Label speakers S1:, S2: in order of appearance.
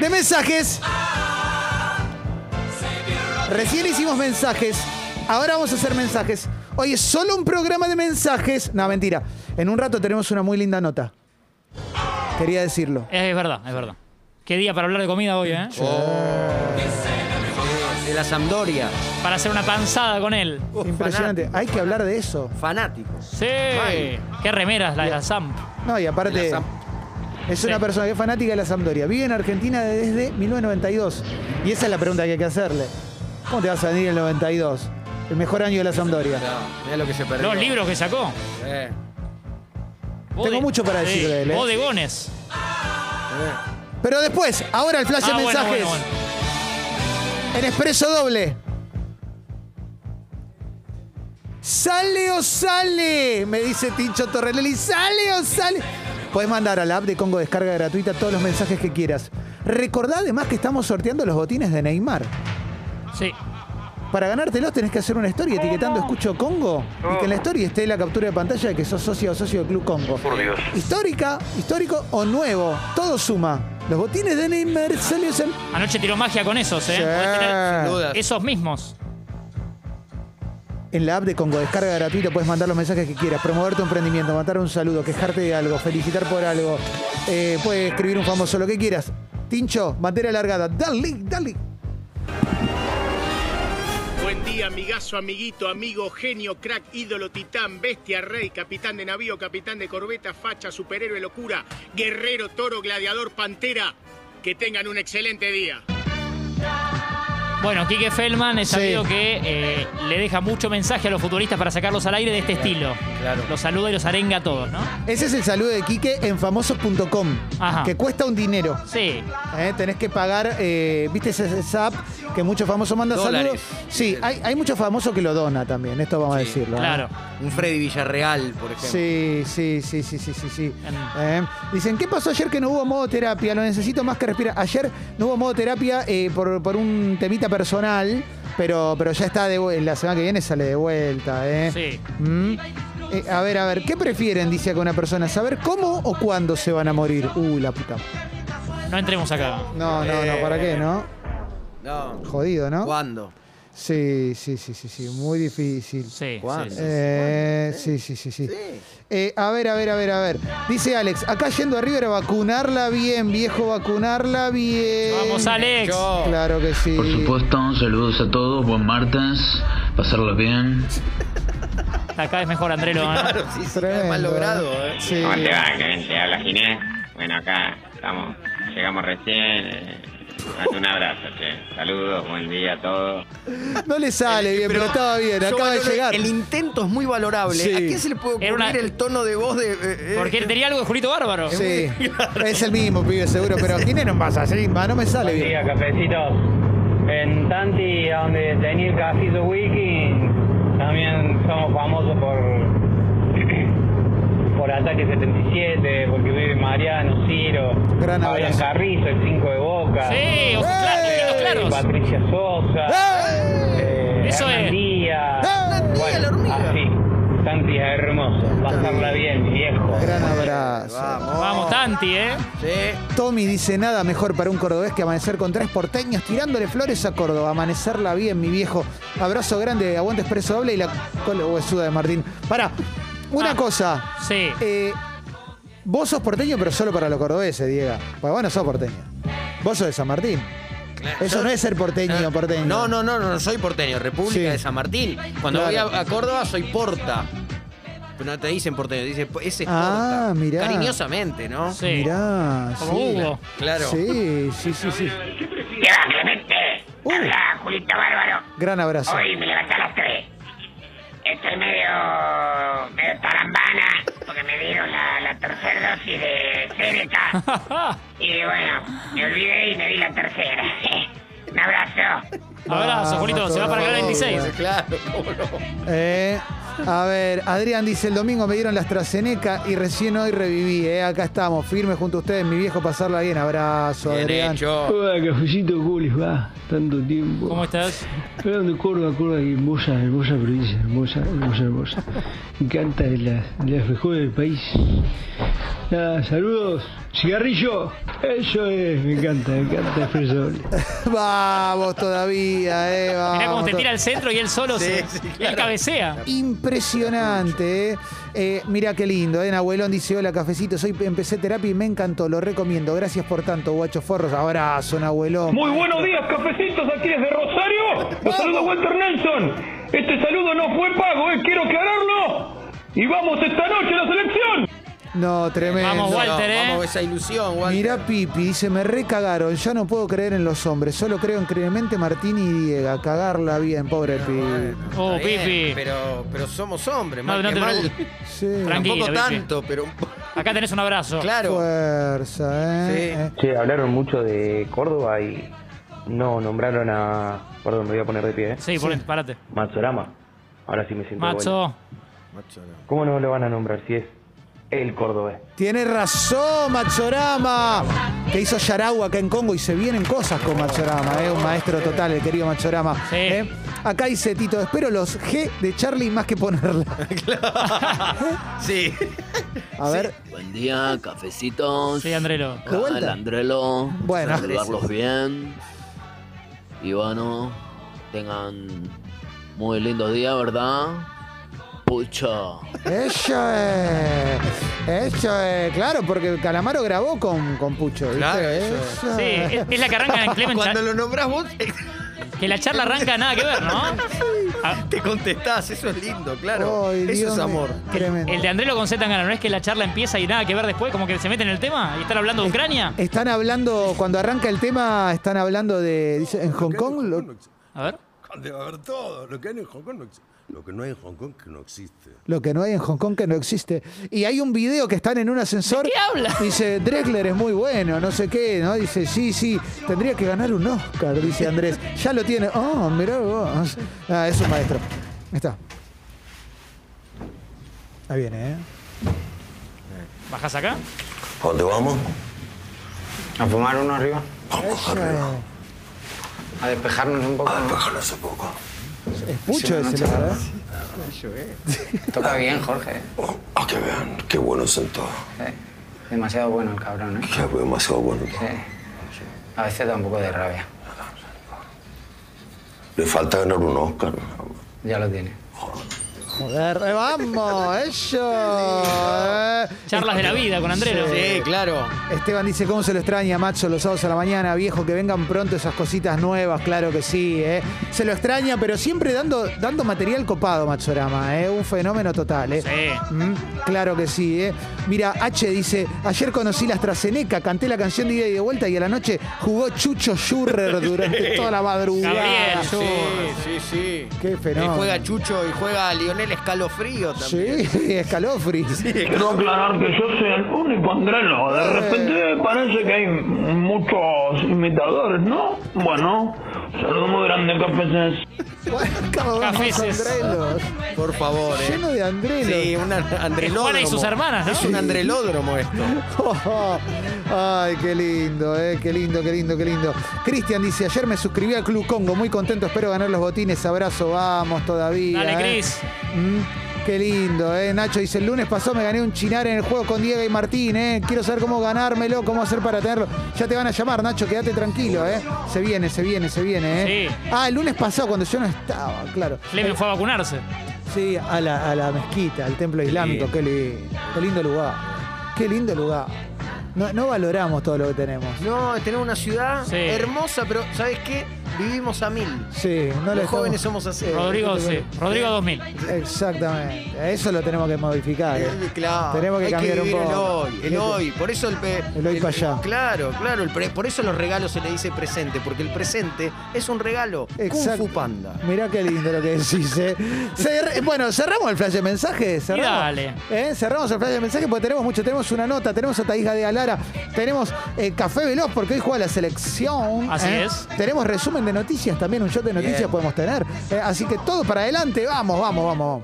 S1: de mensajes. Recién hicimos mensajes. Ahora vamos a hacer mensajes. Hoy es solo un programa de mensajes. No, mentira. En un rato tenemos una muy linda nota. Quería decirlo.
S2: Es, es verdad, es verdad. Qué día para hablar de comida hoy, ¿eh?
S3: De la Sampdoria.
S2: Para hacer una panzada con él.
S1: Impresionante. Hay que hablar de eso.
S3: Fanáticos.
S2: Sí. Qué remeras la de la Samp.
S1: No, y aparte.
S3: La Samp-
S1: Es
S2: Sí.
S1: una persona que es fanática de la Sampdoria. Vive en Argentina desde 1992. Y esa es la pregunta que hay que hacerle. ¿Cómo te vas a venir en el 92? El mejor año de la Sampdoria.
S3: Mirá lo que se perdió.
S2: Los libros que sacó.
S3: Eh,
S1: Tengo mucho para decir de él, ¿eh?
S2: Bodegones.
S1: Pero después, ahora el flash de
S2: Ah, bueno,
S1: mensajes.
S2: bueno, bueno.
S1: En expreso doble. Sale o sale, me dice Tincho Torrelli. Sale o sale. Podés mandar a la app de Congo Descarga Gratuita todos los mensajes que quieras. Recordá además que estamos sorteando los botines de Neymar.
S2: Sí.
S1: Para ganártelos tenés que hacer una story etiquetando Escucho Congo y que en la story esté la captura de pantalla de que sos socio o socio del Club Congo.
S4: Por Dios.
S1: Histórica, histórico o nuevo. Todo suma. Los botines de Neymar sale o sale.
S2: Anoche tiró magia con esos, ¿eh?
S1: Sí.
S2: Podés tener
S3: sin duda.
S2: esos mismos.
S1: En la app de Congo Descarga Gratuita puedes mandar los mensajes que quieras, promover tu emprendimiento, mandar un saludo, quejarte de algo, felicitar por algo, eh, puedes escribir un famoso, lo que quieras. Tincho, bandera alargada, dale, dale.
S5: Buen día, amigazo, amiguito, amigo, genio, crack, ídolo, titán, bestia, rey, capitán de navío, capitán de corbeta, facha, superhéroe, locura, guerrero, toro, gladiador, pantera. Que tengan un excelente día.
S2: Bueno, Quique Feldman es
S1: Sí.
S2: sabido que eh, le deja mucho mensaje a los futbolistas para sacarlos al aire de este estilo.
S3: Claro.
S2: Los saluda y los arenga a todos, ¿no?
S1: Ese es el saludo de Quique en famosos.com,
S2: Ajá.
S1: que cuesta un dinero.
S2: Sí.
S1: ¿eh? Tenés que pagar, eh, viste ese- esa app que muchos famosos mandan saludos.
S3: Dólares.
S1: Sí, hay, hay muchos famosos que lo dona también, esto vamos a
S3: Sí,
S1: decirlo. ¿eh?
S2: Claro.
S3: un Freddy Villarreal, por ejemplo.
S1: Sí, sí, sí, sí, sí, sí, sí.
S2: Bien.
S1: Eh, dicen, ¿qué pasó ayer que no hubo modo terapia? Lo necesito más que respirar. Ayer no hubo modo terapia eh, por, por un temita personal, pero, pero ya está de vuelta. La semana que viene sale de vuelta, ¿eh?
S2: Sí.
S1: Mm. Eh, a ver, a ver, ¿qué prefieren, dice acá una persona? ¿Saber cómo o cuándo se van a morir? Uh, la puta.
S2: No entremos acá.
S1: No, no, no, ¿para qué, no?
S3: No.
S1: Jodido, ¿no?
S3: Eh, ¿Cuándo?
S1: Sí, sí, sí, sí, sí, muy difícil.
S2: Sí.
S3: ¿Cuándo?
S2: sí, sí.
S1: Eh, sí, sí, sí, sí. Eh, a ver, a ver, a ver, a ver. Dice Alex, acá yendo a River a vacunarla bien, viejo, vacunarla bien.
S2: Vamos, Alex.
S3: Yo.
S1: Claro que sí.
S6: Por supuesto, saludos a todos, buen martes, pasarlo bien.
S2: Acá es mejor, Andrelo. ¿eh?
S3: Claro, sí, sí,
S1: Tremendo,
S3: mal logrado.
S1: ¿eh?
S3: eh.
S1: Sí.
S7: ¿Cómo te va? Que bien te habla Ginés. Bueno, acá estamos, llegamos recién. eh, Date un abrazo, che. Saludos, buen día a todos.
S1: No le sale bien, pero, estaba bien,
S3: yo
S1: acaba de
S3: valoro-
S1: llegar.
S3: El intento es muy valorable.
S1: Sí.
S3: ¿A quién se le puede ocurrir
S2: Era una-
S3: el tono de voz de. eh, eh?
S2: Porque él tenía algo de Julito Bárbaro.
S1: Sí, es el mismo pibe seguro, pero ¿quién no pasa? Sí, va, no me sale
S8: Buen
S1: bien.
S8: día, cafecitos. En Tanti, donde tenía el cafito Wiking, también somos famosos por, por Ataque 77, porque vive Mariano, Ciro,
S1: Gran
S8: Fabián
S1: abrazo.
S8: Carrizo, el 5 de Boca, eh,
S2: Sí, ojos claros, ojitos
S3: ¡Eh!
S2: claros.
S8: Patricia Sosa,
S1: ¡Eh!
S8: eh,
S2: Eso es.
S8: Hernán Díaz.
S1: ¡Eh!
S8: Bueno, así, Tanti es hermoso, pasarla bien, viejo.
S1: Gran abrazo.
S3: Vamos.
S2: Vamos, Tanti, ¿eh?
S3: Sí.
S1: Tommy dice nada mejor para un cordobés que amanecer con tres porteños tirándole flores a Córdoba. Amanecerla bien, mi viejo. Abrazo grande, aguante expreso doble y la cola huesuda de Martín. Para, una
S2: Ah.
S1: cosa.
S2: Sí.
S1: eh, vos sos porteño, pero solo para los cordobeses, Diego. Pues bueno, sos porteño. Vos sos de San Martín. Eso no es ser porteño, porteño.
S3: No, no, no, no, no soy porteño, República
S1: Sí.
S3: de San Martín. Cuando
S1: Claro.
S3: voy a, a Córdoba soy porta. Pero no te dicen porteño, te dicen ese es
S1: Ah,
S3: porta.
S1: mirá.
S3: Cariñosamente, ¿no?
S2: Sí.
S1: Mirá.
S2: Como
S1: sí.
S2: Hugo.
S3: Claro.
S1: Sí, sí, sí, sí.
S7: ¿Qué va, Clemente?
S1: Uh.
S7: Te habla Julito Bárbaro.
S1: Gran abrazo.
S7: Hoy me levanté a las 3. Estoy medio, medio tarambana porque me dieron la, la tercera dosis de Seneca. Y bueno, me olvidé y me di la tercera. Un abrazo.
S2: Abrazo, Julito. Se va para el 26.
S3: Claro, cómo no.
S1: Eh, a ver, Adrián dice, el domingo me dieron la AstraZeneca y recién hoy reviví, eh, acá estamos, firme junto a ustedes, mi viejo, pasarla bien, abrazo,
S3: Bien
S1: Adrián.
S3: hecho.
S9: Hola, cafecito, ¿cómo les va? Tanto tiempo.
S2: ¿Cómo estás?
S9: Perdón, de Córdoba, Córdoba, que hermosa, hermosa provincia, hermosa, hermosa, hermosa. Me encanta, es la, de las mejores del país. Nada, saludos, Cigarrillo, eso es, me encanta, me encanta Fresol.
S1: Vamos todavía, eh,
S2: Mirá cómo
S1: vamos
S2: te
S1: to-
S2: tira al centro y él solo
S3: Ah, Sí,
S2: se.
S3: sí,
S2: Él
S3: claro.
S2: cabecea.
S1: Impresionante, eh. Eh, mira qué lindo, eh. Abuelón dice, hola, cafecito, soy, empecé terapia y me encantó, lo recomiendo. Gracias por tanto, guacho forros. Abrazo, Nahuelón.
S4: Muy buenos días, cafecitos, aquí desde Rosario. Los saludo Walter Nelson. Este saludo no fue pago, eh, quiero aclararlo. Y vamos esta noche a la selección.
S1: No, tremendo.
S2: Vamos, Walter. ¿eh?
S3: Vamos, esa ilusión, Walter.
S1: Mirá Pipi, dice, me recagaron, ya no puedo creer en los hombres, solo creo en Clemente Martín y Diega, cagarla bien, pobre Pipi.
S2: Oh,
S3: Está bien,
S2: Pipi.
S3: Pero, pero somos hombres,
S2: No,
S3: mal
S2: no
S3: que
S2: te
S3: mal.
S2: preocupes.
S1: Sí,
S2: Tranquilo,
S3: Tampoco
S2: Pipi.
S3: tanto, pero un po-
S2: Acá tenés un abrazo.
S3: claro.
S1: fuerza, ¿eh?
S10: Che, hablaron mucho de Córdoba y no nombraron a. Perdón, me voy a poner de pie, ¿eh?
S2: Sí, ponete, parate.
S10: Matsorama. Ahora sí me siento. de vuelta.
S2: Macho.
S3: Macho, no.
S10: ¿Cómo no lo van a nombrar si es el cordobés?
S1: Tiene razón, Machorama, que hizo Yaragua acá en Congo y se vienen cosas con Machorama, ¿eh? un maestro total, el querido Machorama.
S2: Sí.
S1: ¿eh? Acá dice Tito, espero los G de Charlie más que ponerla.
S3: Sí.
S1: A ver,
S11: Buen día, cafecitos.
S2: Sí, Andrelo.
S1: de vuelta.
S11: Andrelo.
S1: Bueno.
S11: Saludarlos bien. Y bueno, tengan muy lindo día, ¿verdad? Pucho.
S1: Eso es. Eso es. Claro, porque Calamaro grabó con, con Pucho. ¿viste?
S3: Claro, eso es.
S1: Eso
S2: Sí,
S1: es.
S2: es, es la que arranca en Clemen.
S3: Cuando lo nombrás vos,
S2: Que la charla arranca nada que ver, ¿no? Ah,
S3: te contestás. Eso es lindo, claro.
S1: Ay,
S3: eso
S1: Dios
S3: es
S1: mío.
S3: amor.
S1: Tremendo.
S2: El de Andrelo con Z Tangana, ¿no es que la charla empieza y nada que ver después? Como que se meten en el tema y están hablando de Ucrania.
S1: Están hablando, cuando arranca el tema, están hablando de. Dice, en Hong Kong. lo-
S2: A ver.
S4: Debe haber todo. Lo que hay en Hong Kong no existe. Lo que no hay en Hong Kong que no existe.
S1: Lo que no hay en Hong Kong que no existe. Y hay un video que están en un ascensor.
S2: ¿De qué habla?
S1: Dice, Drexler es muy bueno, no sé qué, ¿no? Dice, sí, sí, tendría que ganar un Oscar, dice Andrés. Ya lo tiene. Oh, mirá vos. Ah, es un maestro. Ahí está. Ahí viene, ¿eh?
S2: ¿Bajás acá?
S4: ¿A dónde vamos?
S10: A fumar uno arriba, a despejarnos un poco.
S4: Bájanos un poco.
S1: Es pucho ese, la verdad.
S10: Toca bien, Jorge.
S4: Oh, A que vean, qué bueno sentado.
S10: Demasiado bueno el cabrón, ¿eh?
S4: Qué demasiado bueno.
S10: A veces da un poco de rabia.
S4: Le falta ganar un Oscar.
S10: Ya lo tiene.
S1: Joder, eh, vamos, eso. eh.
S2: Charlas de la vida con Andrelo.
S3: Sí, claro.
S1: Esteban dice, ¿cómo se lo extraña, macho, los sábados a la mañana, viejo? Que vengan pronto esas cositas nuevas, claro que sí, ¿eh? Se lo extraña, pero siempre dando, dando material copado, Machorama, ¿eh? Un fenómeno total, ¿eh?
S2: Sí.
S1: Mm, claro que sí, ¿eh? Mira, H dice, ayer conocí la AstraZeneca, canté la canción de ida y de vuelta y a la noche jugó Chucho Schurrer durante toda la madrugada.
S2: Gabriel,
S3: Sí, sí, sí.
S1: Qué
S3: Y
S1: fenómeno.
S3: juega Chucho y juega Lionel Escalofrío también.
S1: Sí, escalofri.
S10: Quiero aclarar que yo soy el único Andrelo. De repente parece que hay muchos imitadores, ¿no? Bueno, saludo muy grande, cafés.
S2: Cafeses.
S3: Por favor, eh.
S1: Lleno de Andrelo.
S3: Sí, un an- andrelódromo.
S2: Juana y sus hermanas, ¿no?
S3: Es un andrelódromo esto.
S1: Ay, qué lindo, eh, qué lindo, qué lindo, qué lindo. Cristian dice, ayer me suscribí al Club Congo, muy contento, espero ganar los botines, abrazo, vamos todavía.
S2: Dale,
S1: eh.
S2: Cris.
S1: Mm, qué lindo, eh. Nacho dice, el lunes pasó, me gané un chinar en el juego con Diego y Martín, eh. Quiero saber cómo ganármelo, cómo hacer para tenerlo. Ya te van a llamar, Nacho, quédate tranquilo, eh. Se viene, se viene, se viene, eh.
S2: Sí.
S1: Ah, el lunes pasado, cuando yo no estaba, claro.
S2: Clemen fue a vacunarse.
S1: Sí, a la, a la mezquita, al templo islámico, qué, li- qué lindo lugar. Qué lindo lugar. No, no valoramos todo lo que tenemos.
S3: No, tenemos una ciudad
S2: Sí.
S3: hermosa, pero ¿sabes qué? Vivimos a mil.
S1: Sí, no lo
S3: Los jóvenes somos así.
S1: Eh,
S2: Rodrigo, sí. Rodrigo 2000.
S1: Exactamente. Eso lo tenemos que modificar. eh.
S3: Eh, Claro.
S1: Tenemos que
S3: Hay
S1: cambiar
S3: que
S1: un
S3: vivir
S1: poco.
S3: El hoy, el hoy. Por eso el. pe-
S1: El hoy pa' allá.
S3: Claro, claro. el pre- por eso los regalos se le dice presente, porque el presente es un regalo.
S1: Exact-
S3: Kung Fu Panda.
S1: Mirá qué lindo lo que decís. eh. Cer- bueno, cerramos el flash de mensajes. Cerramos,
S2: Y dale.
S1: Eh, Cerramos el flash de mensajes porque tenemos mucho. Tenemos una nota, tenemos a Taíga de Alara, tenemos eh, Café Veloz porque hoy juega la selección.
S2: Así
S1: eh.
S2: es.
S1: Tenemos resumen de noticias también, un shot de noticias
S3: Bien.
S1: podemos tener. Eh, así que todo para adelante. Vamos, vamos, vamos, vamos.